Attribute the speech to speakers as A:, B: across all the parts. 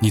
A: 你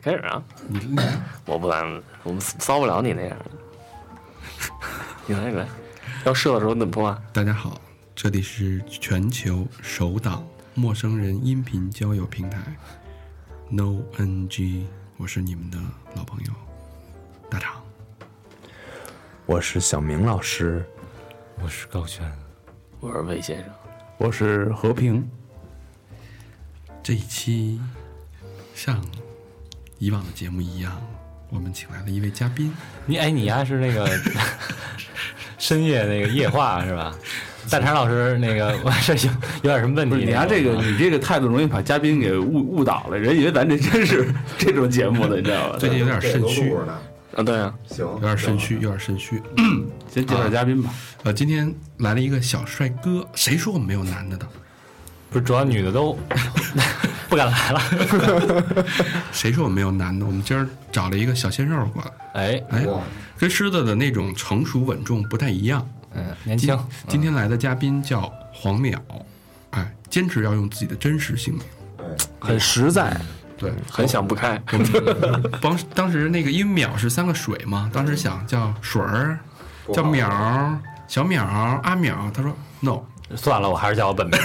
B: 开始啊！
A: 你
B: 我不敢，我们骚不了你那样。你来，你来。要射的时候你怎么说话？
A: 大家好，这里是全球首档陌生人音频交友平台 No NG，我是你们的老朋友大长。
C: 我是小明老师，
D: 我是高轩，
B: 我是魏先生。
C: 我是和平。
A: 这一期像以往的节目一样，我们请来了一位嘉宾，
D: 你哎，你丫是那个深夜那个夜话是吧？大肠老师，那个 我这有有点什么问
E: 不
D: 题？
E: 是你啊丫这个，你这个态度容易把嘉宾给误误导了，人以为咱这真 是这种节目的，你知道吧？
A: 最近有点肾虚，有
B: 啊，对啊，
C: 行，
A: 点肾虚，有点肾虚。
E: 先介绍嘉宾吧。
A: 呃，今天来了一个小帅哥，谁说我们没有男的的？
D: 不是主要女的都 不敢来了。
A: 谁说我们没有男的？我们今儿找了一个小鲜肉过来，
D: 哎，
A: 哎，跟狮子的那种成熟稳重不太一样。
D: 嗯，年
A: 今
D: 轻，
A: 今天来的嘉宾叫黄淼，哎，坚持要用自己的真实姓名。
E: 很实在，
A: 对，
B: 很想不开。
A: 当当时那个因为淼是三个水嘛，当时想叫水儿，叫淼儿，小淼儿，阿淼。他说 no，
D: 算了，我还是叫我本名。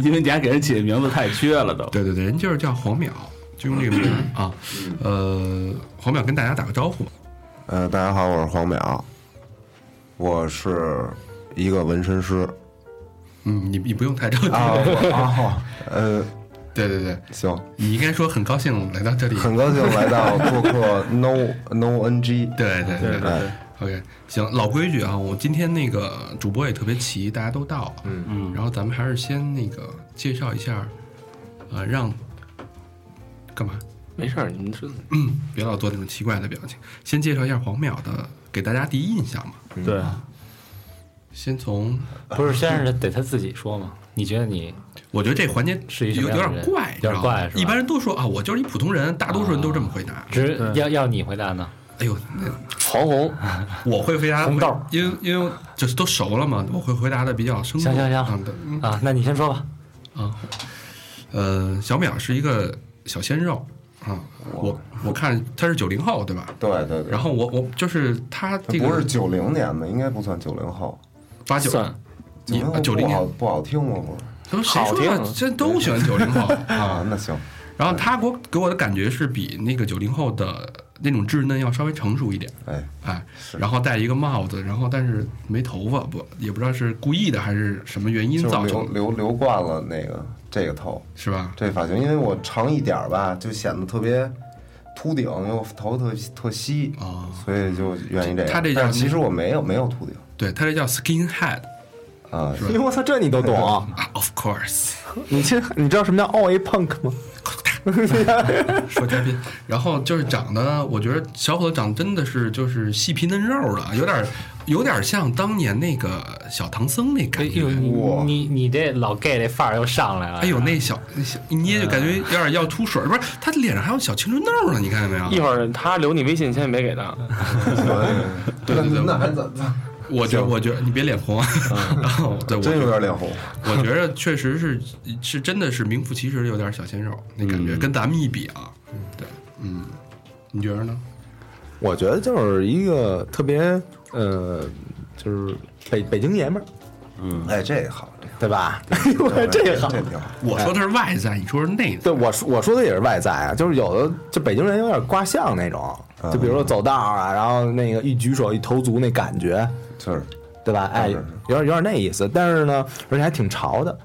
E: 因为你丫给人起的名字太缺了都。
A: 对对对，人就是叫黄淼，就用这个名
F: 嗯
A: 儿啊。呃，黄淼跟大家打个招呼，
F: 呃，大家好，我是黄淼，我是一个纹身师
A: 嗯，你你不用太着急。
F: 啊啊，呃，
A: 对对对，
F: 行，
A: 你应该说很高兴来到这里。
F: 很高兴来到 做客 No No NG，
A: 对对对对
F: 哎，
A: OK，行，老规矩啊，我今天那个主播也特别齐，大家都到了，嗯嗯，然后咱们还是先那个介绍一下，呃，让干嘛？
B: 没事儿，你们是
A: 别老做那种奇怪的表情，先介绍一下黄淼的，给大家第一印象嘛。
D: 嗯
E: 对，
A: 先从，
D: 不是，先是得他自己说嘛。你觉得你
A: 我觉得这环节
D: 是一什
A: 有
D: 么
A: 有
D: 样的
A: 点
D: 人
A: 怪，
D: 有点
A: 知道吗
D: 怪是吧嗯
A: 一般人都说啊，我就是一普通人，大多数人都这么回答。
D: 只要要你回答呢？
A: 哎呦，那
B: 黄宏，
A: 我会回答
D: 红豆，
A: 因为因为就是都熟了嘛，我会回答的比较生动。
D: 行行行
A: 嗯对嗯
D: 啊，那你先说吧。
A: 呃，小淼是一个小鲜肉啊，我我看他是九零后对吧？
F: 对对对，
A: 然后我我就是他
F: 他
A: 这个
F: 不是九零年的，应该不算九零后，
A: 八九，
B: 算
F: 九零后
A: 九零
F: 不好
A: 年，
F: 不好听吗？
A: 他说
F: 不是
A: 谁
B: 好
A: 说
B: 听
A: 的这都喜欢九零后
F: 啊
A: 啊，？
F: 那行，
A: 然后他给我给我的感觉是比那个九零后的那种稚嫩要稍微成熟一点，
F: 哎，
A: 哎，然后戴一个帽子，然后但是没头发，不也不知道是故意的还是什么原因
F: 就是
A: 造
F: 留
A: 成的，
F: 留留惯了那个这个头
A: 是吧？
F: 这发型，因为我长一点儿吧，就显得特别。秃顶，因为我头特特稀，
A: 哦
F: 所以就愿意这样。
A: 他这叫
F: 但是其实我没有没有秃顶
A: 对他这叫 skin head
F: 啊，
A: 是吧
G: 我操，这你都懂？
A: 啊，of course。
G: 你这你知道什么叫 O A punk 吗？
A: 说嘉宾，然后就是长得，我觉得小伙子长得真的是就是细皮嫩肉的，有点儿有点儿像当年那个小唐僧那
D: 哎
A: 感
D: 呦，
A: 觉。
D: 你
F: 哇
D: 你你这老 gay 这范儿又上来了。
A: 哎呦，那小那小一捏就感觉有点儿要出水儿，不是他脸上还有小青春痘呢，你看见没
B: 一
G: 哎
A: 有？
B: 会儿他留你微信，先别给他。
A: 对对对
F: 那那还怎么？
A: 我觉得我觉得你别脸红，啊
G: 嗯
A: 然后对我觉
F: 真有
A: 得
F: 点脸红。
A: 我觉得确实是是真的是名副其实的有点儿小鲜肉那感觉，跟咱们一比啊，对，嗯，你觉得呢？
G: 我觉得就是一个特别呃，就是北北京爷们儿，
E: 嗯
F: 哎，这个好，这
G: 对吧？哎 呦，
F: 个
G: 这个
F: 好，
G: 好。
F: 这挺好。
A: 我说的是外在，你说是内在，
G: 对，我说我说的也是外在啊，就是有的就北京人有点卦相那种，
A: 嗯
G: 就比如说走道啊，然后那个一举手一投足那感觉，
F: 就是，
G: 对吧？哎，
F: 是
A: 嗯
G: 有
F: 是
G: 点有点那意思，但是呢，而且还挺潮的。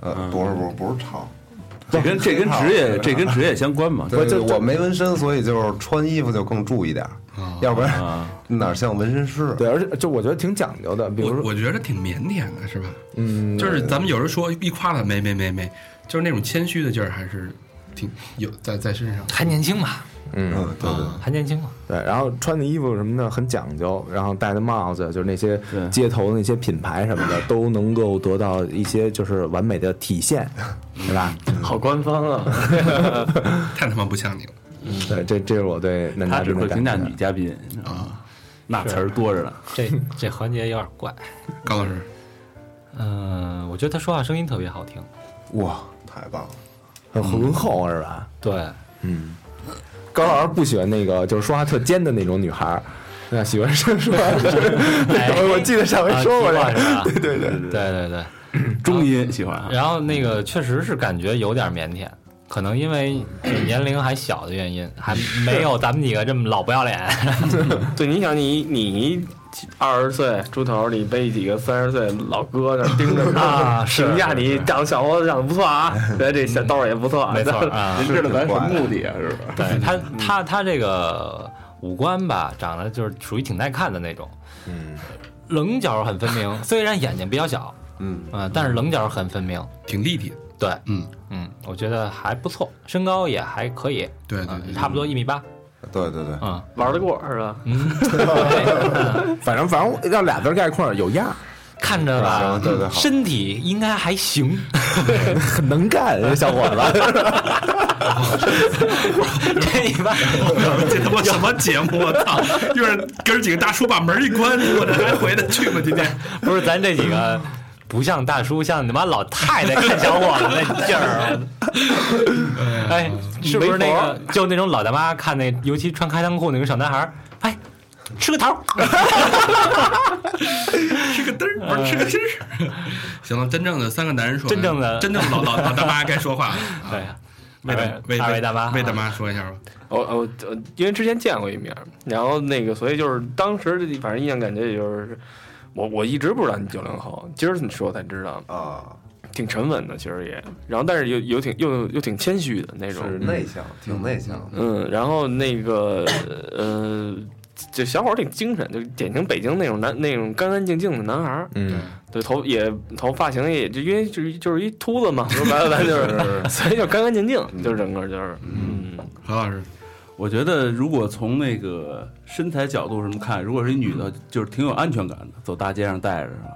E: 嗯
F: 呃，不是不是不是潮，
E: 这跟这跟职业这跟职业相关嘛。
F: 对
G: 这
F: 对
G: 这
F: 我没纹身，所以就是穿衣服就更注意点儿，
A: 啊
F: 要不然
E: 嗯
F: 哪像纹身师？
G: 对，而且就我觉得挺讲究的，比
A: 我
G: 如说
A: 我觉得挺腼腆的，是吧？
G: 嗯，
A: 哎就是咱们有人说一夸他没没没没，就是那种谦虚的劲儿还是挺有在在身上，
D: 还年轻嘛，
F: 嗯，对对，
A: 啊
D: 还年轻嘛，
G: 对，然后穿的衣服什么的很讲究，然后戴的帽子，就是那些
E: 对
G: 街头的那些品牌什么的，都能够得到一些就是完美的体现，对吧？
B: 好官方啊！
A: 太他妈不像你了。
G: 对，这这是我对男
E: 他
G: 嘉
E: 只
G: 宾
E: 会
G: 的
E: 评
G: 感
E: 价
G: 觉
E: 女。嘉宾啊，那词儿多着呢。
D: 这这环节有点怪。
A: 高老师，
D: 嗯，我觉得他说话声音特别好听，
F: 哇，太棒了！
G: 很浑厚是吧？
D: 对，
G: 高老师不喜欢那个就是说话特尖的那种女孩儿，那喜欢是说， 我我记得上回
D: 哎啊
G: 说过
D: 提
G: 这
D: 过
G: 个，
D: 是吧？对
G: 对
D: 对
G: 对，
D: 对对。
E: 中音喜欢啊，
D: 然后那个确实是感觉有点腼腆，可能因为就年龄还小的原因，还没有咱们几个这么老不要脸。
G: 啊
B: 对，你想你你二十岁出头，你被几个三十岁老哥那盯着
D: 啊是
B: 评价你长得小伙子长得不错啊，对，这小豆儿也不错啊，
D: 没错
B: 但是
D: 啊，
E: 您知道咱什么目的啊？是吧？
G: 嗯
D: 对他他他这个五官吧，长得就是属于挺耐看的那种，嗯，棱角很分明，虽然眼睛比较小，
F: 嗯
D: 啊、但是棱角很分明。
A: 挺立体 的，
D: 对，
A: 嗯，
D: 嗯，我觉得还不错，身高也还可以，
A: 对对
D: 啊
A: 对，
D: 差不多一米八，
F: 对对对，
D: 嗯，
B: 玩得过是吧？
G: 反正反正让俩字概括有样儿，
D: 看着吧，
F: 对对好
D: 身体应该还 行，
G: 很能干这小伙子。
D: 这一般。
A: 这他妈什么节目？我操！又是哥儿几个大叔把门一关，我这还回得去吗？今天
D: 不是咱这几 个不像大叔，像你妈老太太看小伙子那劲儿。 哎，
A: 嗯
D: 是不是那个就那种老大妈看那，尤其穿开裆裤那个小男孩儿，哎，吃个桃儿，
A: 吃个嘚儿，不是吃个嘚儿。呃 行了，真正的三个男人说完，
D: 真正的
A: 真正老老老大妈该说话了。哎啊魏
D: 对，
A: 大魏
D: 哎二位大妈，
A: 魏大妈说一下吧。
B: 我我我，因为之前见过一面，然后那个，所以就是当时反正印象感觉也就是，我我一直不知道你九零后，今儿你说我才知道，
F: 啊，
B: 挺沉稳的，其实也，然后但是又又挺又又挺谦虚的那种，
F: 是内向，挺内向的。
B: 嗯，然后那个呃，这小伙儿挺精神，就是典型北京那种男那种干干净净的男孩儿，
A: 对
G: 嗯，
B: 对头也头发型也就因为就是就是一秃子嘛，说白了咱就是，所以就干干净净，就是整个就是，嗯，
A: 何老师，
E: 我觉得如果从那个身材角度什么看，如果是一女的，就是挺有安全感的，走大街上带着是吧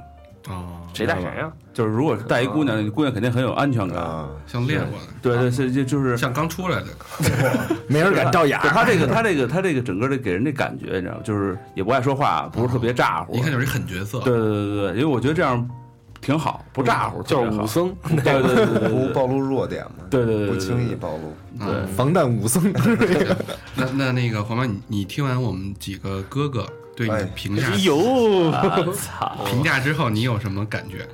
A: 哦，
B: 谁带谁啊呀、
E: 就是如果是带一姑娘，姑娘肯定很有安全感。
F: 啊，
A: 像练过的，
E: 对对，是就就是
A: 像刚出来的，
G: 没人敢照眼
E: 对
G: 儿。
E: 他这个他这个他这个整个的给人的感觉，你知道吗？就是也不爱说话，不是特别咋呼。
A: 一看就是一狠角色。
E: 对对对对，因为我觉得这样挺好，不咋呼，
B: 就是
E: 特别好
B: 武僧，
E: 对对对对对
F: 不
E: 对
F: 暴露弱点嘛，
E: 对对对对，
F: 不轻易
E: 对。
F: 暴露。
A: 啊，
G: 防弹武 僧，
A: 那那那个黄妈，你你听完我们几个哥哥对你的
F: 哎
A: 评价，
B: 呦，
A: 评价之后，你有什么感觉？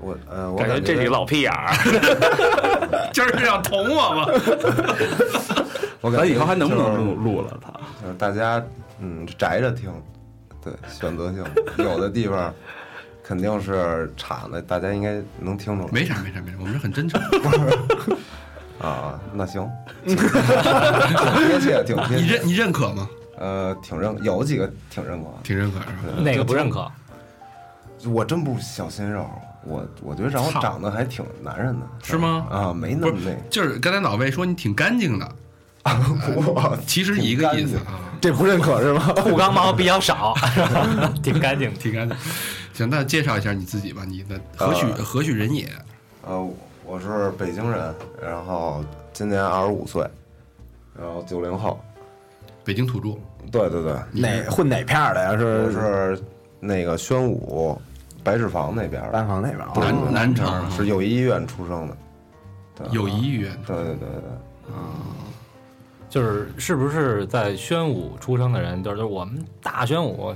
F: 我呃，我
B: 感觉这几个老屁眼儿，
A: 今儿是要捅我吗？
F: 我感
E: 咱
F: 觉
E: 以后还能不能
F: 就是
E: 录录了？他
F: 就是大家嗯宅着听，对，选择性有的地方肯定是岔的，大家应该能听出来。
A: 没啥没啥没啥，我们是很真诚。
F: 啊，那行，挺贴切，挺贴
A: 你
F: 切，
A: 认你认可吗？
F: 呃，挺认，有几个挺认可
A: 挺认可是吧？
D: 哪个不认可？
F: 的。我真不是小鲜肉，我我觉得让我
A: 操
F: 长得还挺男人的，
A: 是吗
F: 啊，没那
A: 不
F: 么
A: 是
F: 那，
A: 就是刚才老魏说你挺干净的，呃
F: 我
A: 其实一个意思啊，
G: 这不认可是吗？
D: 护肛毛比较少，是吧 挺干净的。
A: 挺干净。行，那介绍一下你自己吧，你的何许
F: 呃
A: 何许人也？
F: 呃，我是北京人，然后今年二十五岁，然后九零后，
A: 北京土著，
F: 对对对，
G: 哪混哪片儿的呀？
F: 我
G: 是
F: 是那个宣武白纸坊那边的，
G: 班房那边儿啊
F: 对
A: 南南城啊
F: 是友谊医院出生的，
A: 友谊医院。
F: 对对对对，
D: 就是是不是在宣武出生的人，就是我们大宣武，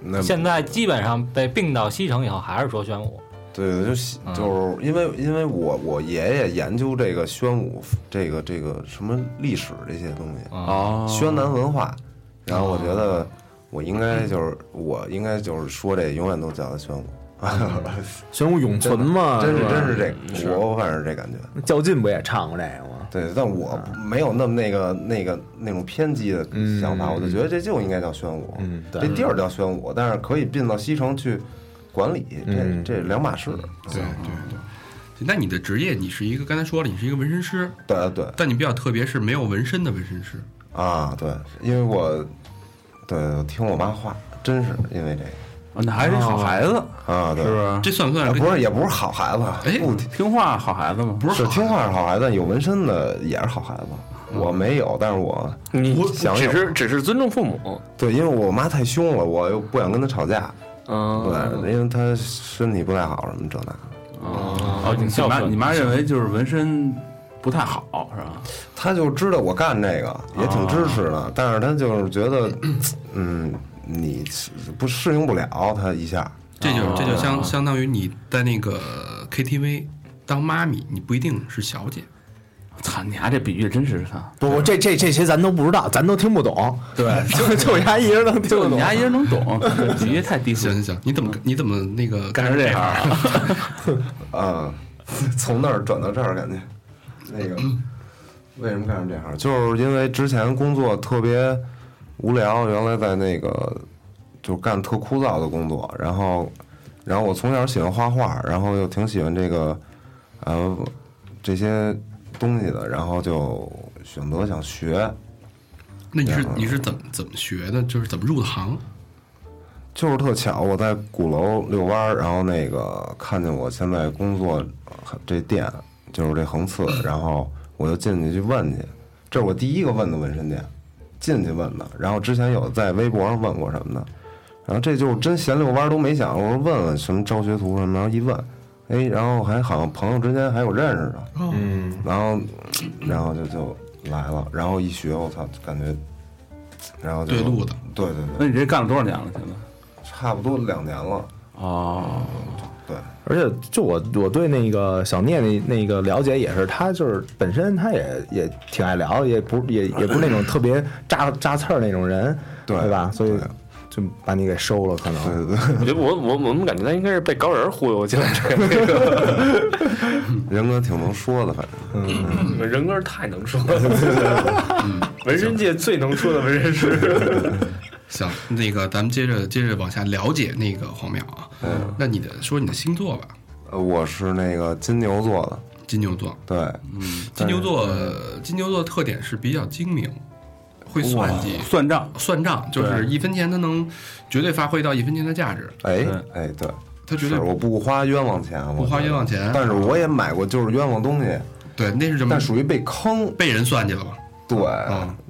F: 那
D: 现在基本上被并到西城以后，还是说宣武。
F: 对对，就喜
A: 嗯
F: 就是因为因为我我爷爷研究这个宣武这个这个什么历史这些东西，
A: 嗯
E: 哦
F: 宣南文化，然后我觉得我应该就是我应该就是说这永远都叫他宣武，
A: 嗯
G: 玄武永存嘛，
F: 真是
G: 吧
F: 真是这个，我反正是这感觉。
G: 较劲不也唱过这个吗？
F: 对，但我没有那么那个那个那种偏激的想法，我就觉得这就应该叫宣武，
G: 嗯对
F: 这地儿叫宣武，
A: 嗯
F: 但是可以并到西城去管理，这、这两码事。嗯
A: 对对对，那你的职业，你是一个刚才说了，你是一个纹身师，
F: 对对
A: 但你比较特别是没有纹身的纹身师。
F: 啊，对，因为我对我听我妈话，真是因为这个
E: 啊，那还是一好孩子，
F: 啊，对
E: 是不，是？
A: 这算不算
F: 啊
A: 跟？
F: 不是也不是好孩
A: 哎
F: 子，不听
E: 听话好孩子嘛，
A: 不
F: 是
A: 是
F: 听话是好孩子，有纹身的也是好孩子。我没有，但是我
B: 你
F: 想
B: 只
F: 有
B: 是只是尊重父母，
F: 对，因为我妈太凶了，我又不想跟她吵架，
B: 嗯，
F: 对，因为她身体不太好什么这那的。
D: 啊
E: 哦，你妈你妈认为就是纹身不太好是吧？
F: 她就知道我干这个，也挺支持的，但是她就是觉得，嗯，你不适应不了她一下，
A: 这就这就相相当于你在那个 KTV 当妈咪，你不一定是小姐。
E: 操，你丫这比喻真是操，
G: 不，我这这这些咱都不知道，咱都听不懂。对，就 就丫一人能听
E: 就
G: 得
E: 你
G: 懂。啊
E: 丫一人能懂，这比喻太低俗
A: 行。行行，你怎么你怎么那个干
E: 成这行
A: 样？
F: 啊， 从那儿转到这儿，感觉那个为什么干成这行？就是因为之前工作特别无聊，原来在那个就干特枯燥的工作，然后然后我从小喜欢画画，然后又挺喜欢这个呃这些东西的，然后就选择想学，
A: 那你是你是怎么怎么学的？就是怎么入的行？
F: 就是特巧，我在鼓楼遛弯儿，然后那个看见我现在工作呃这店就是这横刺，然后我就进去去问去，这是我第一个问的纹身店，进去问的。然后之前有在微博上问过什么的，然后这就是真闲遛弯儿都没想，我说问问什么招学徒什么，然后一问，哎，然后还好像朋友之间还有认识的，嗯，然后然后就就来了，然后一学我操，感觉，然后就
A: 对路子，
F: 对对对，
E: 那你这干了多少年了？现在？
F: 差不多两年了。
E: 哦，
F: 对，
G: 而且就我我对那个小聂那那个了解也是，他就是本身他也也挺爱聊，也不也也不是那种特别扎扎刺儿那种人，
F: 对
G: 对吧？所以
F: 对
G: 就把你给收了，可能
F: 对对
B: 我觉得我我我们感觉他应该是被高人忽悠进来的，
F: 对，人哥挺能说的，反正
B: 你们人哥太能说了，纹身界最能说的纹身师，
A: 行，那个咱们接着接着往下了解那个黄淼啊。嗯，那你的说你的星座吧，
F: 呃我是那个金牛座的，
A: 金牛座。
F: 对，
A: 金牛座，金牛座特点是比较精明，会算计、
E: 算账，
A: 算账，就是一分钱他能绝对发挥到一分钱的价值，
F: 哎
E: 对
F: 哎对，
A: 他绝
F: 是
A: 对
F: 我不花冤枉钱，
A: 不
F: 我
A: 花冤枉钱。
F: 但是我也买过就是冤枉东西，
A: 对，那是什么
F: 但？属于被坑，
A: 被啊人算计了吧？
F: 对，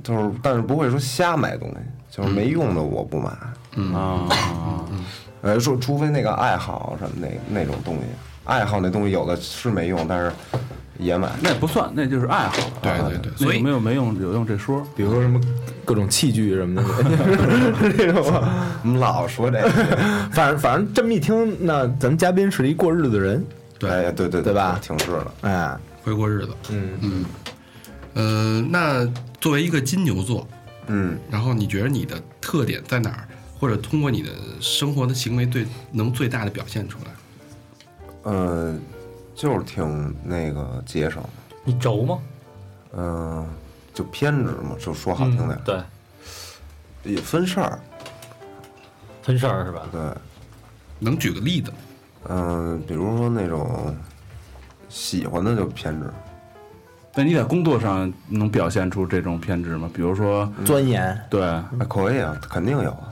F: 就是但是不会说瞎买东西，就是
A: 嗯
F: 没用的我不买，
E: 啊，
F: 呃，说除非那个爱好什么那那种东西，爱好那东西有的是没用，但是也买，
E: 那也不算，那就是爱好。
A: 对对对，
E: 那
A: 所
E: 有
A: 以
E: 没有没用有用这说？
G: 比如说什么各种器具什么的，
F: 我们老说这个，
G: 反正反正这么一听，那咱们嘉宾是一过日子的人，
A: 对
F: 哎对对
G: 对吧
F: 挺是的，
G: 哎，
A: 会过日子。
G: 嗯
A: 嗯，呃，那作为一个金牛座，
F: 嗯。
A: 然后你觉得你的特点在哪儿，或者通过你的生活的行为最能最大的表现出来？
F: 呃，就是挺那个节省的，
D: 你轴吗？
F: 嗯、就偏执嘛，就说好听点儿，
D: 嗯对，
A: 嗯
F: 也分事儿，
D: 分事儿是吧？
F: 对，
A: 能举个例子吗？
F: 嗯、比如说那种喜欢的就偏执，
E: 那你在工作上能表现出这种偏执吗？比如说，
F: 嗯
G: 钻研，
E: 对，
A: 嗯
F: 哎，可以啊，肯定有啊，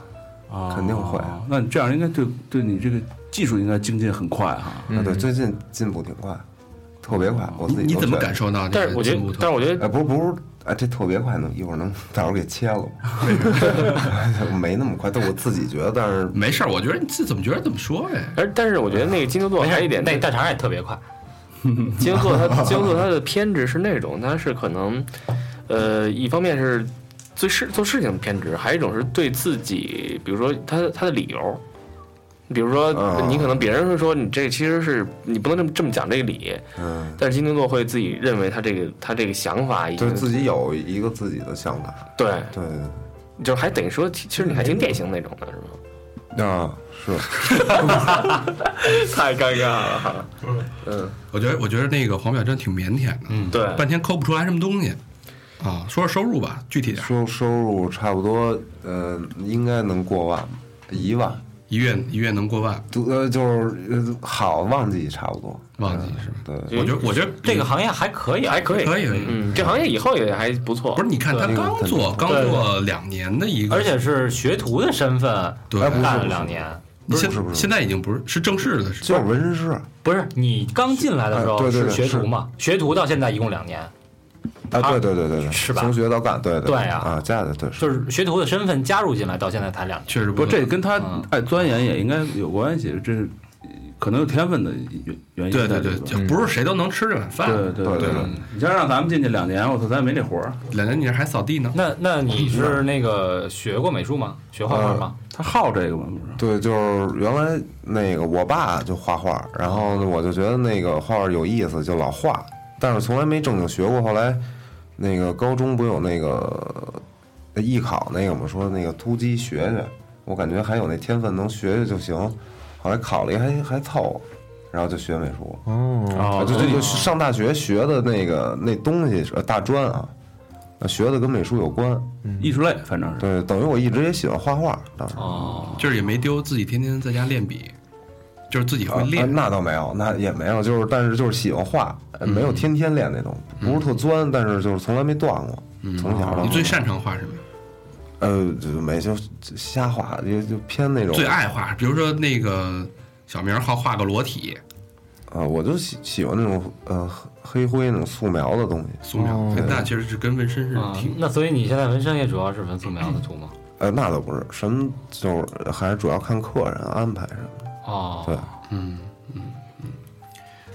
A: 哦
E: 啊
F: 肯定会。
E: 那你这样应该对对你这个技术应该精进很快哈。
F: 啊，对，最近进步挺快，特别快，我自己
A: 嗯哦你
F: 都
A: 怎么
F: 觉得
A: 感？受到这
B: 但是
A: 个
B: 我觉
A: 进
B: 得
A: 步，特
B: 但是我觉
F: 哎，
B: 得
F: 不是不是，哎，这特别快，能一会儿能到时候给切了 吧，没那么快，但我自己觉得，但是
A: 没事儿，我觉得你自怎么觉得怎么说哎呗。
B: 而但是我觉得那个金牛座
D: 没
B: 还有
D: 事
B: 一点，
D: 那大肠也特别快。
B: 金牛座他金牛座他的偏执是那种，他是可能，呃，一方面是对事做事情偏执，还有一种是对自己，比如说他他的理由，比如说
F: 啊
B: 你可能别人会说你这其实是你不能这么这么讲这个理，
F: 嗯，
B: 但是金牛座会自己认为他这个他这个想法已
F: 就
B: 经
F: 是自己有一个自己的想法，
B: 对，
F: 对对对。
B: 就是还等于说其其实你还挺典型那种的是吗？
A: 嗯
F: 啊，是，
B: 太尴尬了哈，
A: 我觉得我觉得那个黄淼真挺腼腆的，嗯，
B: 对，
A: 半天抠不出来什么东西。啊，说说收入吧，具体点儿，
F: 收收入差不多，呃，应该能过万，一万，
A: 一月一月能过万，
F: 都呃就是呃好旺季差不多，嗯
A: 旺季是吧？
F: 对，
A: 我觉得我觉得
D: 这个行业还可以，
B: 还可以，
A: 可以可以，
B: 嗯，这行业以后也还不错。
A: 不是你看他
F: 对
A: 刚做刚做两年的一个，
D: 而且是学徒的身份
A: 对
D: 干了两年。
A: 你现
F: 不是不是
A: 现在已经不是是正式的，是
F: 就是纹身师，
D: 不是你刚进来的时
F: 哎
D: 候
F: 对
D: 是
F: 对对
D: 学徒嘛？学徒到现在一共两年，
F: 啊，对对对对对，
D: 是吧
F: 从学到干，对对
D: 对啊
F: 啊，加的对是，
D: 就是学徒的身份加入进来到现在才两年。
A: 确实
E: 不，
A: 错
E: 这跟他
D: 嗯
E: 爱钻研也应该有关系，这是可能有天分的原原因
A: 对
E: 在
A: 对
E: 里
A: 对，
E: 边。
A: 就不是谁都能吃这碗饭。
E: 对
F: 嗯对
E: 对
F: 对
E: 你像让咱们进去两年，我操，咱也没这活儿。
A: 两年你还扫地呢，
D: 那那你是那个学过美术吗？学画画吗？
E: 他好这个嘛，不是？
F: 对，就是原来那个我爸就画画，然后呢我就觉得那个画画有意思，就老画，但是从来没正经学过。后来那个高中不有那个呃艺考那个嘛，说那个突击学学，我感觉还有那天分能学学就行。后来考了一还还凑合，然后就学美术。
D: 哦
F: 啊，就就就上大学学的那个那东西，呃，大专啊，呃学的跟美术有关。
E: 艺术类，反正是。
F: 对，等于我一直也喜欢画画，当时。
D: 哦，
A: 就是也没丢，自己天天在家练笔，就是自己会
F: 啊
A: 练。
F: 那倒没有，那也没有，就是但是就是喜欢画，呃没
A: 嗯
F: 有天天练那种，不是特钻，但是就是从来没断过，从小到
A: 嗯你最擅长画什么？
F: 呃就没就就瞎画，就就偏那种
A: 最爱画，比如说那个小明好画个裸体
F: 啊，我就喜喜欢那种呃黑灰那种素描的东西，
A: 素描，
F: 哦
A: 哎那其实是跟纹呃身是
D: 啊
A: 挺
D: 那所以你现在纹身也主要是纹素描的图吗？
F: 呃那倒不是，什么就是还是主要看客人安排什么的，
D: 哦，
F: 对，
D: 嗯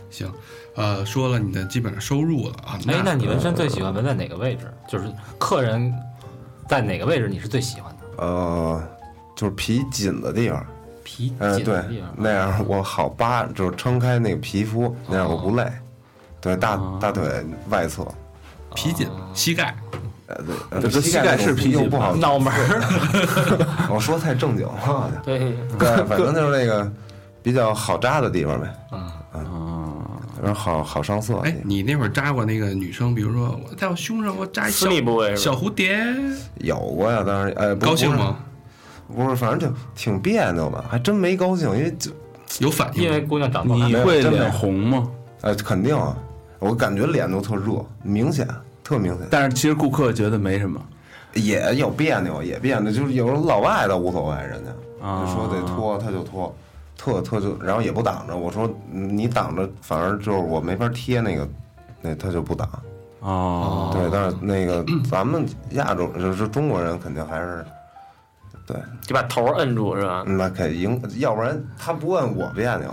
A: 行。呃，说了你的基本上收入了啊，
D: 哎，那你纹身最喜欢纹在哪个位置？就是客人在哪个位置你是最喜欢的？
F: 呃就是皮紧的地方，
D: 皮
F: 嗯、
D: 紧
F: 对
D: 的地方，
F: 那样我好扒，就是撑开那个皮肤，那样我
A: 哦
F: 不累，对大大腿外侧。
A: 皮筋、
D: 啊
A: 膝盖，
F: 呃
E: 这膝盖是脾气
F: 又不好，
D: 脑门儿，
F: 我说太正经了。啊
D: 对，
F: 对，反正就是那个比较好扎的地方呗，
D: 啊，
F: 然后好好上色的地
A: 哎，
F: 方。
A: 你那会儿扎过那个女生，比如说我在我胸上我扎一
B: 私
A: 小
B: 密部位是吧
A: 小蝴蝶，
F: 有过呀，当然，哎，不
A: 高兴？
F: 不是
A: 吗？
F: 不是，反正就挺别扭的，还真没高兴，因为就
A: 有反应
D: 因
A: 吗？
D: 为姑娘长得好看
E: 你
F: 没有
E: 会
F: 真没有
E: 脸红吗？
F: 呃，肯定啊，我感觉脸都特热，明显，特明显，
E: 但是其实顾客觉得没什么。
F: 也有别扭，也别扭，就是有时候老外的无所谓，人家
E: 啊
F: 就说得脱他就脱，特特就，然后也不挡着，我说你挡着，反而就是我没法贴那个，那他就不挡。
E: 哦，
F: 对，但是那个咱们亚洲就是中国人，肯定还是对，
B: 就把头摁住是吧？
F: 那肯定，要不然他不问我别扭。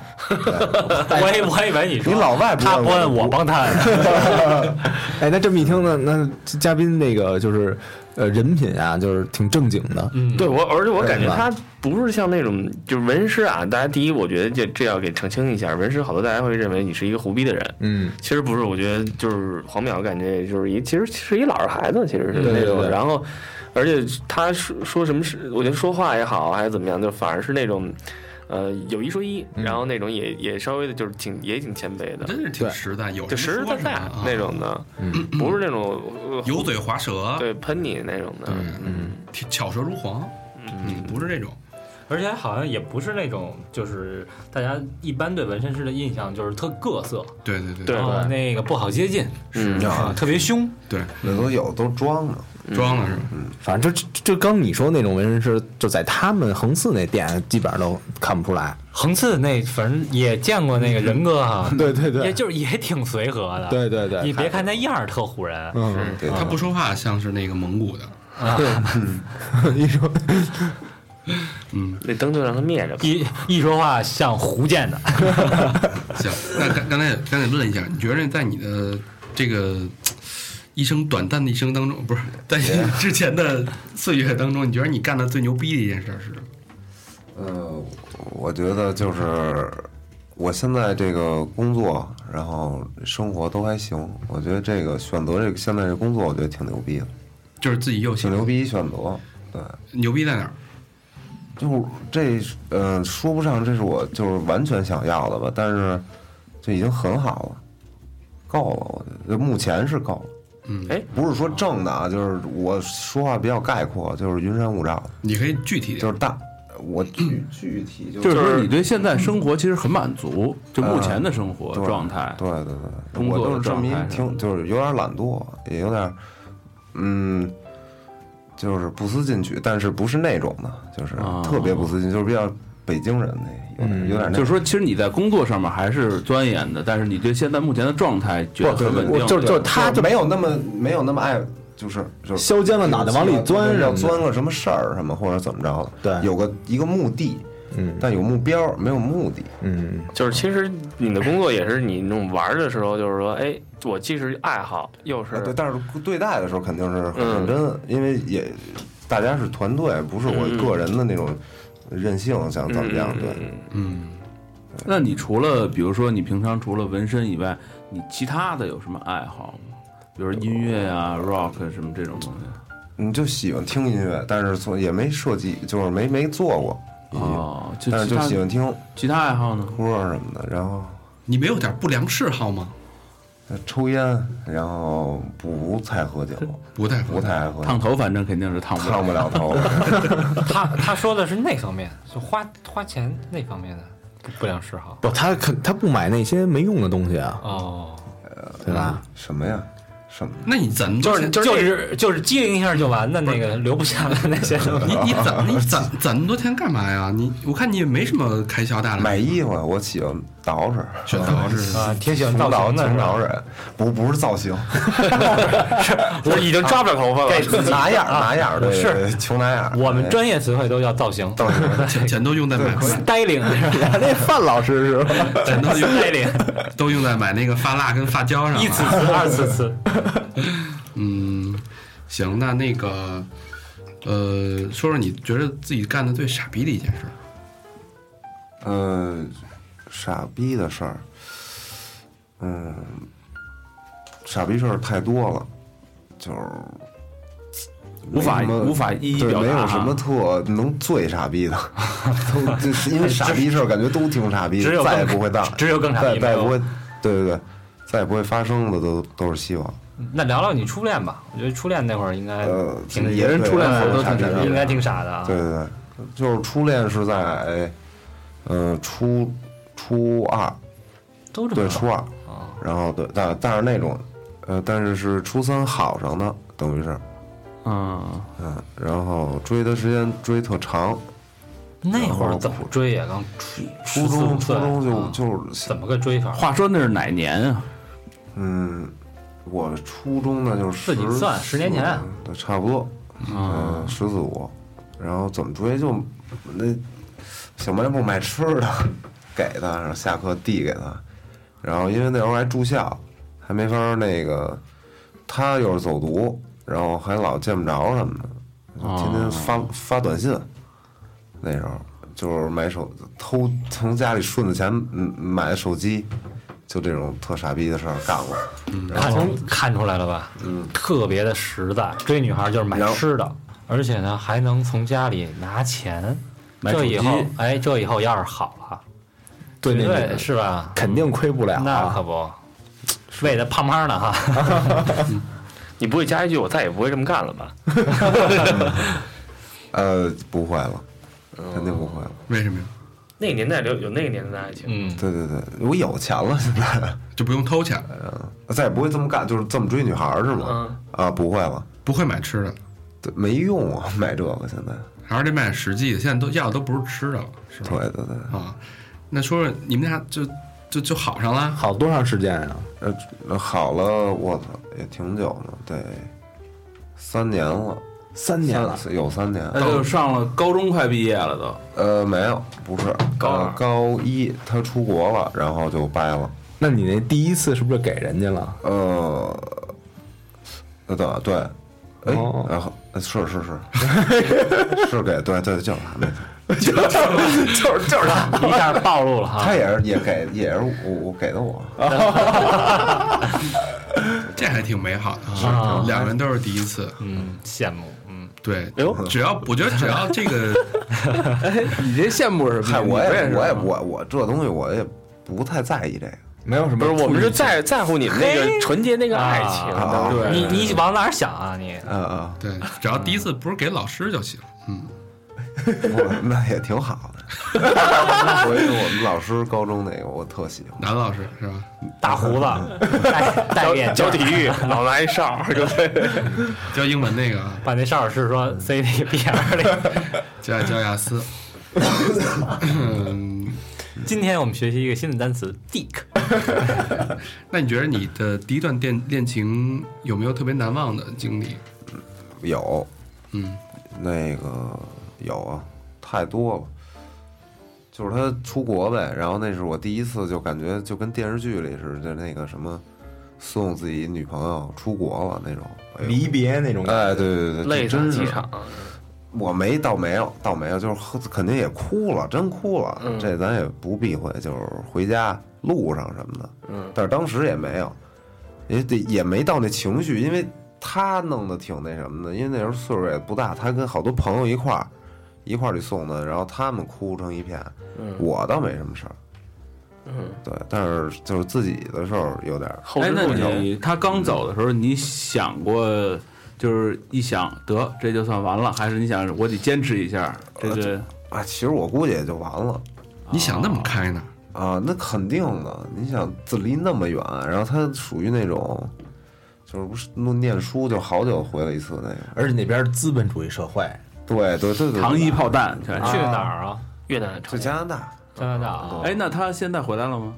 D: 我以我以为你说
F: 你老外不
D: 他
F: 问
D: 不
F: 我
D: 问我帮他按，
G: 哎，那这么一听呢，那嘉宾那个就是呃人品啊，就是挺正经的，
D: 嗯，
B: 对我，而且我感觉
G: 对吧
B: 他不是像那种就是纹身啊，大家第一，我觉得这这要给澄清一下，纹身好多大家会认为你是一个胡逼的人，
G: 嗯，
B: 其实不是，我觉得就是黄淼感觉就是一，其实是一老实孩子，其实是
G: 对
B: 那
G: 对
B: 种。
G: 对
B: 然后，而且他说说什么事，我觉得说话也好，还是怎么样，就反而是那种，呃，有一说一，
G: 嗯
B: 然后那种也也稍微的就是挺也挺谦卑的，
A: 真是挺实在，有
B: 就实实
A: 人说
B: 在
A: 什
B: 在
A: 么啊
B: 那种的，
G: 嗯
B: 不是那种呃
A: 油嘴滑舌，
B: 对喷你那种的。嗯，
A: 挺巧舌如簧，嗯，不是这种，
D: 而且好像也不是那种就是大家一般对纹身师的印象就是特各色，
A: 对对对
B: 对
D: 然后
F: 哦
D: 那个不好接近，
B: 嗯
D: 啊，特别凶，
A: 对
F: 那都有都装呢，
A: 装了是
B: 嗯
A: 吧？
G: 反正就就刚你说那种纹身师，就在他们横刺那店，基本上都看不出来。
D: 横刺那反正也见过那个人哥哈，
G: 对对
D: 也，就是也挺随和的，
G: 对对对
D: 你别看那样儿特唬人，
G: 嗯，
F: 对，
A: 他不说话像是那个蒙古的，
G: 你说
B: 那灯就让它灭着吧。
D: 一一说话像胡建的，
A: 行， 那刚刚才刚才问一下，你觉得在你的这个嘖一生短暂的一生当中，不是在你之前的岁月当中，你觉得你干的最牛逼的一件事儿是什么？
F: 呃，我觉得就是我现在这个工作，然后生活都还行，我觉得这个选择这个现在这工作，我觉得挺牛逼的，
A: 就是自己又
F: 挺
A: 行，
F: 牛逼选择，对。
A: 牛逼在哪儿？
F: 就是这，嗯、说不上这是我就是完全想要的吧，但是就已经很好了，够了，我觉得目前是够了。
A: 嗯
B: 哎
F: 不是说正的啊，就是我说话比较概括，就是云山雾罩，
A: 你可以具体点
F: 就是大，我具具体就
E: 就是说你对现在生活其实很满足，就目前的生活
F: 对
E: 状态。
F: 对对对，
E: 工
F: 我
E: 作
F: 就是
E: 的
F: 这
E: 状
F: 么
E: 态
F: 一
E: 什么
F: 听，就是有点懒惰，也有点，嗯，就是不思进取，但是不是那种的，就是
E: 啊
F: 特别不思进，就是比较北京人那有点有点那
E: 就是说，其实你在工作上面还是钻研的，但是你对现在目前的状态觉得
F: 对
E: 很稳
F: 我
E: 定。
G: 就是就是
F: 他
G: 他
F: 就
G: 就
F: 没有那么没有那么爱，就是就是
G: 削尖了脑袋往里钻，
F: 要
G: 然后
F: 钻个什么事儿什么或者怎么着的，
G: 对
F: 有个一个目的，
G: 嗯
F: 但有目标没有目的，
G: 嗯，
B: 就是其实你的工作也是你那种玩儿的时候，就是说，哎，我既是爱好，又是
F: 啊对，但是对待的时候肯定是很认真，因为也大家是团队，不是我个人的那种任性，
B: 嗯
F: 想怎么样对。
E: 那你除了比如说你平常除了纹身以外，你其他的有什么爱好吗？比如音乐啊、rock 什么这种东西。
F: 你就喜欢听音乐，但是从也没设计，就是没没做过，
E: 哦，就
F: 但是
E: 其
F: 就
E: 他
F: 喜欢听
E: 其他爱好呢？
F: 歌儿什么的，然后
A: 你没有点不良嗜好吗？
F: 抽烟，然后不太喝酒，
A: 不太
F: 不太爱喝酒，
E: 烫头反正肯定是烫不了。
F: 烫不了头，
H: 他他说的是那方面，就花花钱那方面的不不良嗜好。
G: 不，他肯他不买那些没用的东西啊，
H: 哦，
G: 对吧？
F: 什么呀，什么
A: 那你怎么
H: 就是
A: 就
H: 就是就是机灵一下就完的那个留不下来那些 东西。
A: 你你 攒你攒攒那么多钱干嘛呀？你我看你也没什么开销大的，
F: 买衣服，我喜欢捯饬，
A: 选捯饬，
H: 啊，挺喜欢造
F: 穷
H: 型
F: 捯
H: 的是
F: 穷
H: 吧？
F: 捯饬，不不是造型，
B: 我已经抓不了头发了。
F: 拿样儿拿样儿，对
H: 啊是
F: 对穷拿样儿，
H: 我们
F: 对
H: 专业词汇都叫造型
F: 造型。
A: 钱钱都用在买
H: ，styling 是 吧？
G: 那范老师是吧？
A: 钱都用
H: styling，
A: 都用在买那个发蜡跟发胶上了。啊
H: 一次词二次词，
A: 嗯，行，那那个呃，说说你觉得自己干的最傻逼的一件事儿。
F: 呃，傻逼的事儿，嗯，傻逼事儿太多了，就是
E: 无法
F: 没什么
E: 无法一一
F: 对
E: 表达
F: 没
E: 啊
F: 有什么特能最傻逼 的，都就是因为傻逼事儿感觉都挺傻逼，
H: 只有
F: 的，再也
H: 更
F: 不会大，
H: 只有更傻
F: 再
H: 逼没
F: 再也
H: 有
F: 不会，对对对，再也不会发生的都都是希望。
H: 那聊聊你初恋吧，我觉得初恋那会儿应该
F: 呃，
H: 挺
F: 也是
E: 初恋好多
F: 傻
E: 挺
F: 逼
E: 傻
F: 事儿
E: 逼
H: 应该挺傻的啊。
F: 对对对，就是初恋是在，呃，初初二，
H: 都这么
F: 对，
H: 说
F: 初二，然后对，但但是那种，呃，但是是初三好上的，等于是，
E: 嗯，
F: 嗯，然后追的时间追特长，
H: 那会儿怎么追呀？刚初
F: 初中初中就、
H: 啊
F: 就是，
H: 怎么个追法？
E: 话说那是哪年啊？
F: 嗯，我初中呢就是
H: 自己算十年前，
F: 对，差不多，嗯，十四五，然后怎么追就那小卖部买吃的给他，然后下课递给他，然后因为那时候还住校，还没法儿那个，他又是走读，然后还老见不着什么的，就天
H: 哦
F: 天发、发短信，那时候就是买手偷从家里顺着钱嗯买的手机，就这种特傻逼的事儿干过，
H: 看出看出来了吧？嗯，特别的实在，追女孩就是买
F: 然后
H: 吃的，而且呢还能从家里拿钱。
E: 买
H: 这
E: 手
H: 以后
E: 机，
H: 哎，这以后要是好了，
G: 对那
H: 对
G: 个
H: 是吧？
G: 肯定亏不了
H: 那可
G: 啊。
H: 不，喂的胖胖的哈。
B: 你不会加一句“我再也不会这么干了”吧？
F: 呃，不会了，肯定不会了。
A: 为什么呀？
B: 那个年代有有那个年代的爱情，
H: 嗯，
F: 对对对，我有钱了， 现在
A: 就不用偷钱，
F: 再也不会这么干，就是这么追女孩儿是吗？啊，不会了，
A: 不会买吃的，
F: 对，没用啊，买这个现在。
A: 还是得买实际的。现在都要的都不是吃的了，是吧？
F: 对对对，
A: 啊，那说说你们俩就就就好上了，
G: 好多长时间啊？
F: 呃，好了，我操，也挺久了，得三年了，
G: 三
F: 三
G: 年了，
F: 有三年。
E: 那就上了高中快毕业了都。
F: 呃，没有，不是高、呃高一他出国了，然后就掰了。
G: 那你那第一次是不是给人家了？
F: 呃，呃对对，哎，
G: 哦
F: 然后呃是是 是，是给对对就是他没错。
H: 一下暴露了哈
F: 他。也是也给也是我我给的我，
A: 这还挺美好的啊。两个人都是第一次，
H: 嗯，羡慕。嗯，
A: 对，
F: 哎
A: 只要我觉得只要这 个，
E: 你这羡 慕是
F: 嗨，我也我也我我这东西我也不太在意这个，
G: 没有什
B: 不
G: 么，
B: 是，我们是在在乎你们那个纯洁那个爱
F: 啊
B: 情，
F: 对
H: 你你往哪儿想啊？你
F: 嗯嗯，
A: 对，只要第一次不是给老师就行。嗯，
F: 我那也挺好的。我因为我们老师高中那个我特喜欢，
A: 男老师是吧？
D: 大胡子，戴戴个眼
B: 教，
D: 镜
B: 体育，老拿一哨儿，就 对。
A: 教英文那个啊，
D: 把那邵老师说塞那个鼻眼里。
A: 教教雅思。嗯，
D: 今天我们学习一个新的单词 “dick”，
A: 那你觉得你的第一段恋恋情有没有特别难忘的经历？
F: 有
A: 嗯，
F: 那个有啊，太多了。就是他出国呗，然后那是我第一次，就感觉就跟电视剧里似的，就那个什么送自己女朋友出国了那种。哎呦
G: 离别那种感觉。
F: 哎，对对对，
B: 累
F: 这真
B: 死
F: 是
B: 机场，
F: 我没倒没有，倒没有，就是喝肯定也哭了，真哭了，
B: 嗯
F: 这咱也不避讳，就是回家路上什么的，
B: 嗯，
F: 但是当时也没有，也得也没到那情绪，因为他弄得挺那什么的，因为那时候岁数也不大，他跟好多朋友一块儿一块儿去送的，然后他们哭成一片，
B: 嗯
F: 我倒没什么事儿，
B: 嗯，
F: 对，但是就是自己的时候有点儿，
B: 后
E: 哎
B: 知，
E: 那
B: 后觉。
E: 你他刚走的时候，你想过就是一想得这就算完了，还是你想我得坚持一下？这个
F: 啊，其实我估计也就完了。
A: 你想那么开呢？
F: 啊，那肯定的。你想，自离那么远，然后他属于那种，就是不是弄念书就好久回了一次那个。
G: 而且那边资本主义社会，
F: 对对对对，
E: 糖衣炮弹全是。
D: 去哪儿啊？
B: 越南
F: 就
B: 成
F: 加拿大
D: 加拿大啊？
E: 哎，那他现在回来了吗？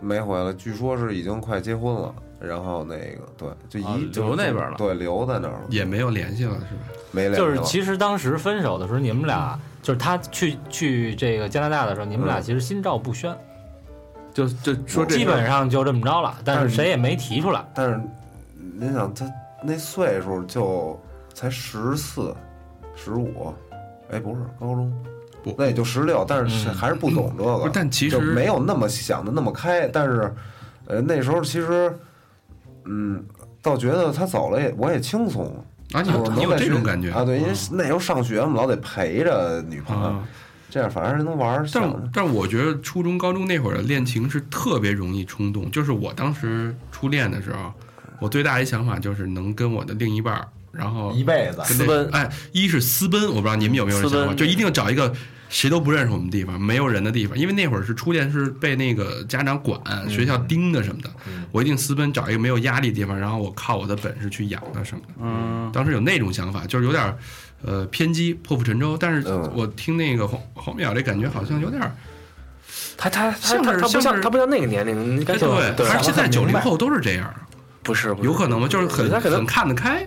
F: 没回来，据说是已经快结婚了。然后那个对，就
E: 啊
F: 一、就
E: 留那边了
F: 对，留在那儿了，
A: 也没有联系了是吧？
F: 没联系
D: 就是
F: 了
D: 其实当时分手的时候，你们俩就是他去去这个加拿大的时候，你们俩其实心照不宣，
E: 就就说这
D: 基
E: 事儿
D: 本上就这么着了，但是谁也没提出来。
F: 但是您想，他那岁数就才十四、十五，哎，不是高中
A: 不，
F: 那也就十六，但是还是不懂这
A: 不
F: 个
A: 是。但其实
F: 就没有那么想的那么开，但是，呃，那时候其实，嗯，倒觉得他走了也我也轻松了。
A: 啊，你有
F: 我
A: 你
F: 能
A: 有
F: 在
A: 这种
F: 身
A: 感觉
F: 啊？对，因为那时候上学嘛，老得陪着女朋友，
A: 啊。
F: 这样反而能玩儿。
A: 但
F: 想的
A: 但我觉得初中、高中那会儿的恋情是特别容易冲动。就是我当时初恋的时候，我最大一想法就是能跟我的另一半儿，然后
G: 一辈子
A: 跟
B: 私
A: 那
B: 奔
A: 哎，一是私奔，我不知道你们有没有这
B: 私
A: 想法，
B: 奔
A: 就一定要找一个谁都不认识我们地方，没有人的地方，因为那会儿是初恋，是被那个家长管、学校盯着什么的。我一定私奔，找一个没有压力的地方，然后我靠我的本事去养他什么的。
E: 嗯，
A: 当时有那种想法，就是有点儿呃偏激、破釜沉舟。但是
F: 嗯
A: 我听那个黄黄淼这感觉好像有点儿，
B: 哎他他他
A: 像
B: 他
A: 是
B: 他不
A: 像是哎
B: 像他不像那个年龄，应该就
A: 对，
B: 对啊
A: 还是现在九
G: 明
A: 零
G: 白
A: 后都是这样，
B: 不是不
A: 有可能吗？就是很
B: 他可
A: 很
B: 能
A: 看得开，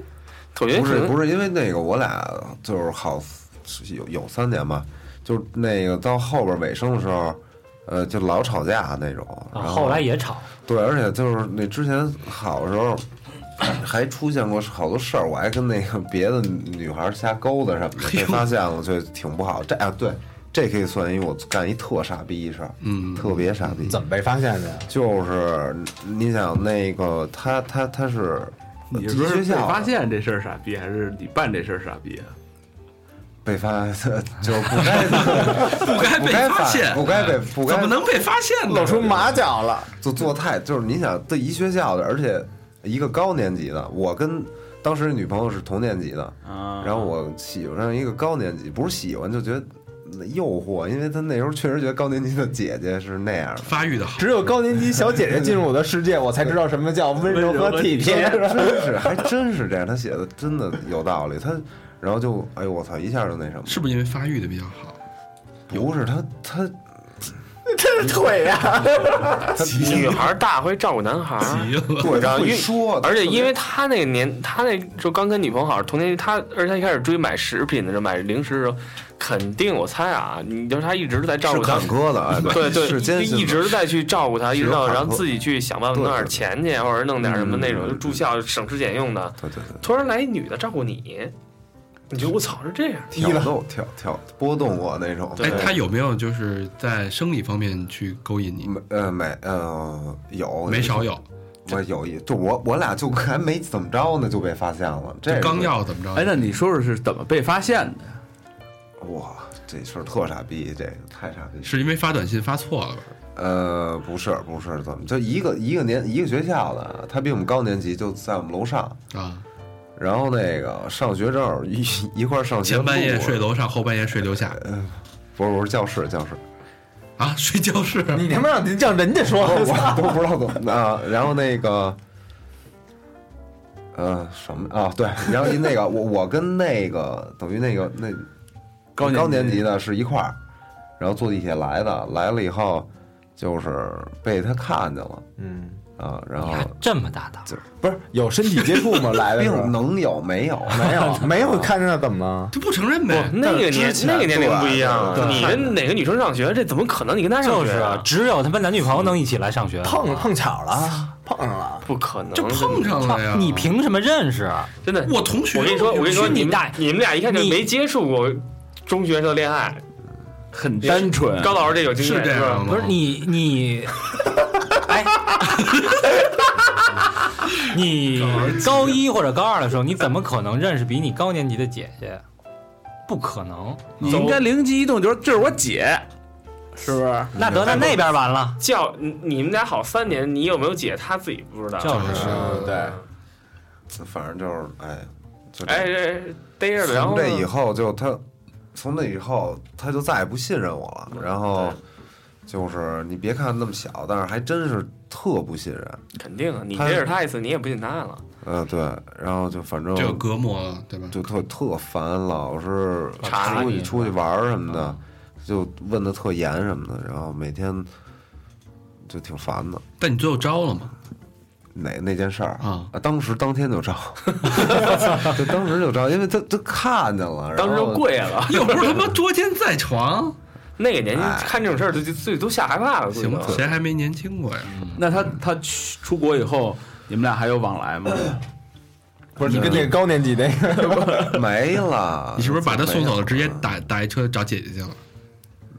B: 我觉得
F: 不是
B: 可能
F: 不是因为那个，我俩就是好是有有三年吧，就是那个到后边尾声的时候，呃，就老吵架那种。
D: 啊
F: 然
D: 后来也吵，
F: 对，而且就是那之前好的时候，还出现过好多事儿，我还跟那个别的女孩儿瞎勾搭什么的，被发现了就挺不好。这啊，对，这可以算一我干一特傻逼事儿，
A: 嗯，
F: 特别傻逼。
G: 怎么被发现的呀？
F: 就是你想那个他他他是
E: 你
F: 寄
E: 说是
F: 学
E: 被
F: 校
E: 发现这事儿傻逼，还是你办这事儿傻逼啊？
F: 被发， 就是不该
A: 不该
F: 不
A: 被
F: 该
A: 发现，
F: 不该被不该
A: 怎么能被发现呢？
G: 露出马脚了，
F: 就做太就是你想对一学校的，而且一个高年级的，我跟当时女朋友是同年级的。
E: 啊，
F: 然后我喜欢上一个高年级，不是喜欢就觉得诱惑，因为他那时候确实觉得高年级的姐姐是那样的。
A: 发育的好，
G: 只有高年级小姐姐进入我的世界，我才知道什么叫温柔和体贴。
F: 真是，还真是这样。他写的真的有道理。他，然后就，哎呦我操，一下就那什么，
A: 是不是因为发育的比较好？
F: 不是他他
G: 这是腿呀！
B: 女孩大会照顾男孩儿，
A: 急了，
F: 对
B: 然
F: 他
B: 后
F: 会
B: 因为
F: 说，
B: 而且因为他那个年，他那时候刚跟女朋友好，同年级，他而且他一开始追买食品的时候，买零食的时候，肯定我猜啊，你就是他一直在照
F: 是
B: 顾他
F: 坎，坷的，哎
B: 对对，
F: 是
B: 就
F: 艰辛的，
B: 一直在去照顾他，一直到
F: 坎坷
B: 然后自己去想办法
F: 对
B: 弄点
F: 对
B: 钱去，或者弄点什么那种
F: 嗯
B: 就住校省吃俭用的。
F: 对对对，
B: 突然来一女的照顾你，你觉得我操是这样？
F: 挑逗挑挑波动我那种。
A: 哎，他有没有就是在生理方面去勾引你？
F: 没呃没呃有
A: 没少有，
F: 我有一，就我我俩就还没怎么着呢，就被发现了。这
A: 这
F: 是
A: 刚要怎么着？
E: 哎，那你说说是怎么被发现的？
F: 哇，这事儿特傻逼，这个太傻逼。
A: 是因为发短信发错了吧？
F: 呃，不是不是，怎么就一个一个年一个学校的，他比我们高年级，就在我们楼上。
A: 啊，
F: 然后那个上学正好一一块儿上学，
A: 前半夜睡，楼上，后半夜睡楼下
F: 不是不是教室教室，
A: 啊， 睡教室。
G: 你他妈让你让人家说，
F: 我 哦我都不知道怎么的啊。然后那个，呃，什么啊？对，然后那个我我跟那个等于那个那
E: 高年级
F: 高年级的是一块儿，然后坐地铁来的，来了以后就是被他看见了
G: 嗯，
F: 啊，然后
H: 还这么大胆，
G: 不是有身体接触吗？来的 时候
F: 并能有没有
G: 没有没有看着怎么了？
A: 他不承认呗？
B: 那个年那个年龄不一样啊
F: 对，
B: 你跟哪个女生上学，这怎么可能？你跟她上
D: 就
B: 学
D: 是
B: 啊
D: 啊，？只有他妈男女朋友能一起来上学，
G: 碰碰巧了，碰上了，
B: 不可能，
A: 这碰上了呀！
D: 你凭什么认识？啊
B: 真的。
A: 我同学，
B: 我跟你说，我跟你说，
A: 去
B: 你
A: 你
B: 们
A: 大
B: 俩你们俩一看就
D: 你
B: 没接触过中学时候恋爱，
E: 很单纯，
B: 高老师这有经
A: 是
B: 验
A: 这
B: 吧
A: 样吗？
D: 不是你 你， 哎，你高一或者高二的时候，你怎么可能认识比你高年级的姐姐？不可能，
E: 你应该灵机一动，就是这是我姐，是不是？
D: 那得在那边完了，
B: 叫你你们俩好三年，你有没有姐，她自己不知道。
D: 就是
E: 对，
F: 反正就是哎，就这
B: 哎，哎逮着了，然
F: 从
B: 后
F: 这以后就他，从那以后他就再也不信任我了。然后就是你别看那么小，但是还真是特不信任。
B: 肯定啊，你逮着她一次，你也不信她了。
F: 嗯、对。然后就反正
A: 这有隔膜了，对吧？
F: 就特特烦，老是
B: 查
F: 出
B: 你
F: 去出去玩儿什
A: 嗯
F: 么的，就问的特严什么的，然后每天就挺烦的。
A: 但你最后招了吗？
F: 哪那件事儿
A: 啊
F: 当时当天 就招，就当时就招，因为他他看见了，然
B: 当时就
F: 后
B: 跪了。
A: 又不是他妈捉奸在床，
B: 那个年纪看这种事儿，就就自己都吓害怕了。
A: 行
B: 估
A: 吧
B: 计都？
A: 谁还没年轻过呀？
E: 那他他去出国以后，你们俩还有往来吗？
G: 不是你跟那个高年级那 个，
F: 没了。
A: 你是不是把他送走了，
F: 没
A: 直接打打一车找姐姐去了？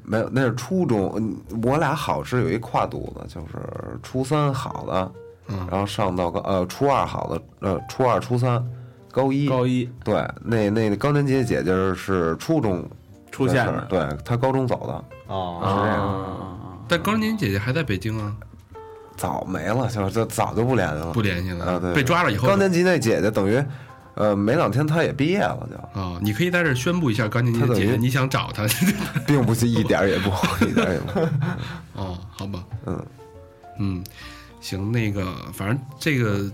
F: 没有，那是初中，嗯我俩好是有一跨度的，就是初三好的，
A: 嗯
F: 然后上到高呃初二好的，呃初二初三，高一
E: 高一
F: 对，那那高年级的姐姐是初中
E: 出
F: 的
E: 现
F: 事儿
E: 的，
F: 对她高中走的，
G: 哦，
D: 嗯
F: 是这样，
E: 啊，
A: 但高年姐姐还在北京啊，
F: 早没了，就就早就不联系了，
A: 不联系了，
F: 啊对
A: 被抓了以后
F: 高年级那姐姐等于，呃没两天她也毕业了就，
A: 哦，你可以在这儿宣布一下高年级的姐
F: 他
A: 姐，
F: 等于
A: 你想找她
F: 并不是一点儿也不好，一点儿也不好，
A: 哦，好吧，
F: 嗯
A: 嗯，行，那个反正这个。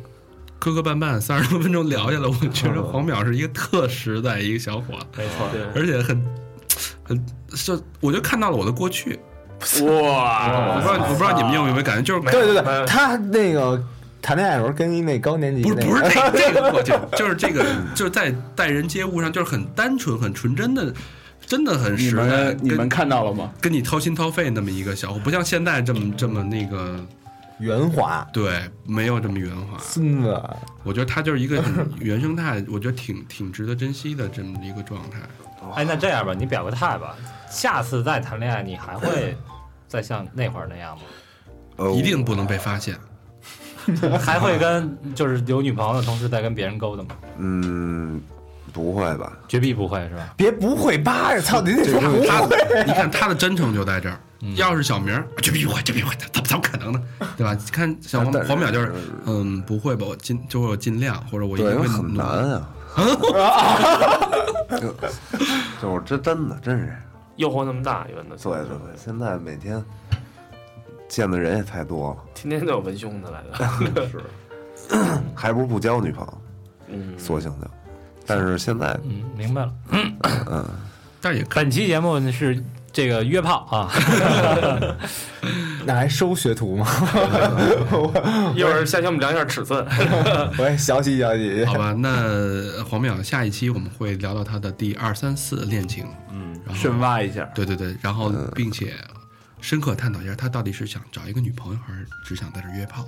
A: 磕磕绊绊三十多分钟聊下来，我觉得黄淼是一个特实在一个小伙子，
D: 没错，
A: 而且很很就我就看到了我的过去。
B: 哇
A: 我不知道我不知道你们有没有感觉，就是
G: 对对对，他那个谈恋爱的时候跟一那高年级
A: 不是
G: 那个
A: 不是这这个过去，就是这个就是在待人接物上就是很单纯、很纯真的，真的很
E: 你
A: 实在，
E: 们你们
A: 啊跟
E: 看到了吗？
A: 跟你掏心掏肺那么一个小伙，不像现在这么这么那个，
G: 呃圆滑
A: 对，没有这么圆滑。
G: 孙子，
A: 我觉得他就是一个 很原生态，我觉得挺挺值得珍惜的这么一个状态。
D: 哎，那这样吧，你表个态吧，下次再谈恋爱，你还会再像那会儿那样吗？
F: 呃
A: 一定不能被发现，
D: 还会跟就是有女朋友的同时再跟别人勾搭吗？
F: 嗯不会吧，
D: 绝壁不会是吧？
G: 别不会吧？操，你得说
F: 啊
G: 不会
A: 他的你看他的真诚就在这儿。要是小明儿，这逼会，这逼会，怎么怎么可能呢？对吧？看小黄
F: 但是
A: 黄淼就是，嗯，不会吧？我尽就是我尽量，或者我一
F: 对，
A: 定会
F: 因为很
A: 努力
F: 难啊， 就 就是这真的真是这样。
B: 诱惑那么大，原来
F: 对对对，现在每天见的人也太多了，
B: 天天都有文胸的来的。
F: 还不如不交女朋友，
B: 嗯，
F: 索性就。但是现在
D: 嗯，明白了。
A: 但是也
D: 本期节目是这个约炮啊，
G: 那还收学徒吗？
B: 一会儿下期我们量一下尺寸。
G: 我也学习学习
A: 好。吧，那黄淼下一期我们会聊到他的第二三四恋情，
E: 嗯
A: 然后
E: 深挖一下，
A: 对对对，然后
D: 嗯
A: 并且深刻探讨一下他到底是想找一个女朋友，还是只想在这约炮，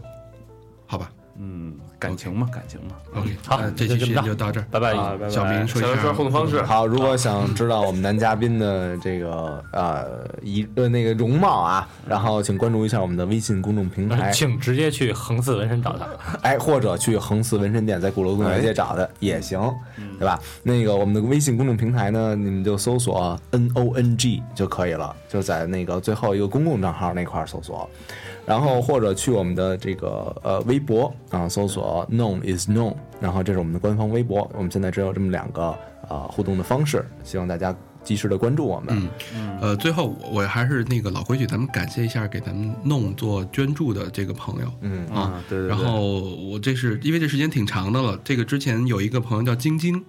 A: 好吧
E: 嗯，感情嘛，感情嘛，
A: ？OK，
D: 嗯好
A: 那这
D: 就
A: 期
D: 这
A: 时
D: 么
A: 间
D: 着
A: 就到这儿，
D: 拜拜。
E: 拜
A: 小明说
B: 小
A: 一
B: 明
A: 下
B: 说互动方式，
G: 好，如果想知道我们男嘉宾的这个呃一呃那个容貌啊，然后请关注一下我们的微信公众平台，
D: 请直接去横四纹身找他。
G: 哎，或者去横四纹身店，在鼓楼东南街找
E: 哎
G: 他也行，
E: 嗯
G: 对吧？那个我们的微信公众平台呢，你们就搜索 N O N G 就可以了，就在那个最后一个公共账号那块儿搜索。然后或者去我们的这个呃微博啊，搜索 known is known，然后这是我们的官方微博，我们现在只有这么两个啊、呃互动的方式，希望大家及时的关注我们。
A: 嗯呃，最后我我还是那个老规矩，咱们感谢一下给咱们弄做捐助的这个朋友。
G: 嗯
A: 啊，
E: 对对对
A: 然后我这是因为这时间挺长的了，这个之前有一个朋友叫晶晶，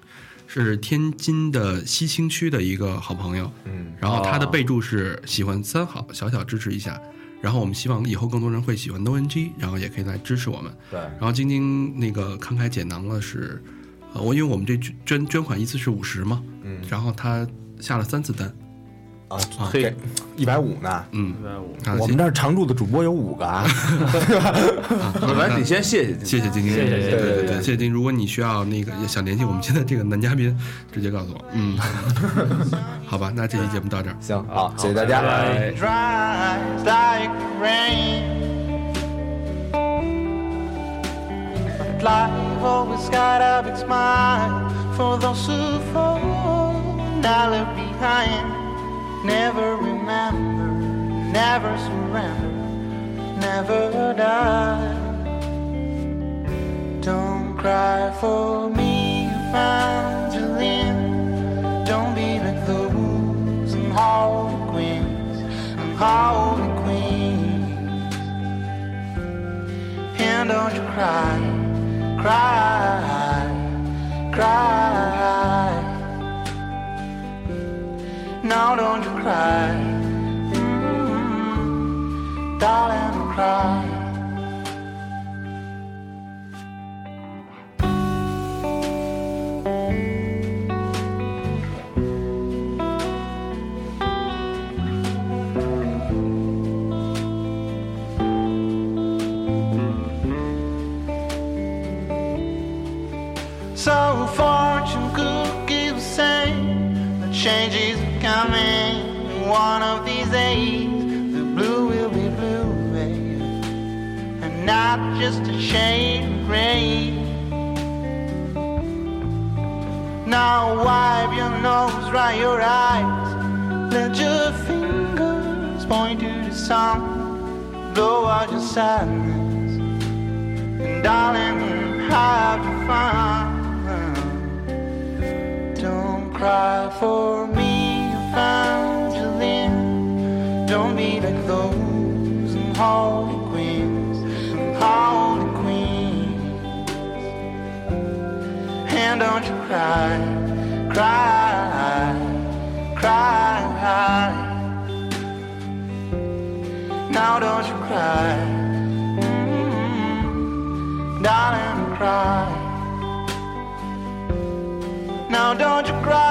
A: 是天津的西青区的一个好朋友，
G: 嗯，
A: 然后他的备注是喜欢三好，小小支持一下。然后我们希望以后更多人会喜欢 NoNG，然后也可以来支持我们。
G: 对，
A: 然后晶晶那个慷慨解囊了是，呃，我因为我们这捐捐款一次是五十嘛，
G: 嗯
A: 然后他下了三次单，
G: 啊
A: 啊，
G: 给一百五呢。
A: 嗯，感谢
G: 我们这儿常驻的主播有五 个啊，
A: 啊
E: 来，你先谢谢，
A: 谢谢晶晶，
B: 谢谢
A: 对
B: 谢谢
A: 对对对，谢谢晶。如果你需要那个也想联系我们现在这个男嘉宾，直接告诉我。嗯，好吧，那这期节目到这儿。
G: 行好，谢谢大家，
I: dries like rain. But life always got up its mind for those who fall now left behind. Never remember, never surrender, never die. Don't cry for me, Evangeline. Don't be like those and Harley Quinns and Harley Quinns. And don't you cry, cry, cry. Now don't you cry, mm, darling, don't cry. So fortune could give saying the change is coming. and One of these days, the blue will be blue, baby, and not just a shade of gray. Now wipe your nose, dry your eyes, let your fingers point to the sun, blow out your sadness. And darling, you have to find. Don't cry for me, Evangeline. Don't be like those and Harley Queens, and Harley Queens. And don't you cry, cry, cry. Now don't you cry. mm darling, cry. Now don't you cry.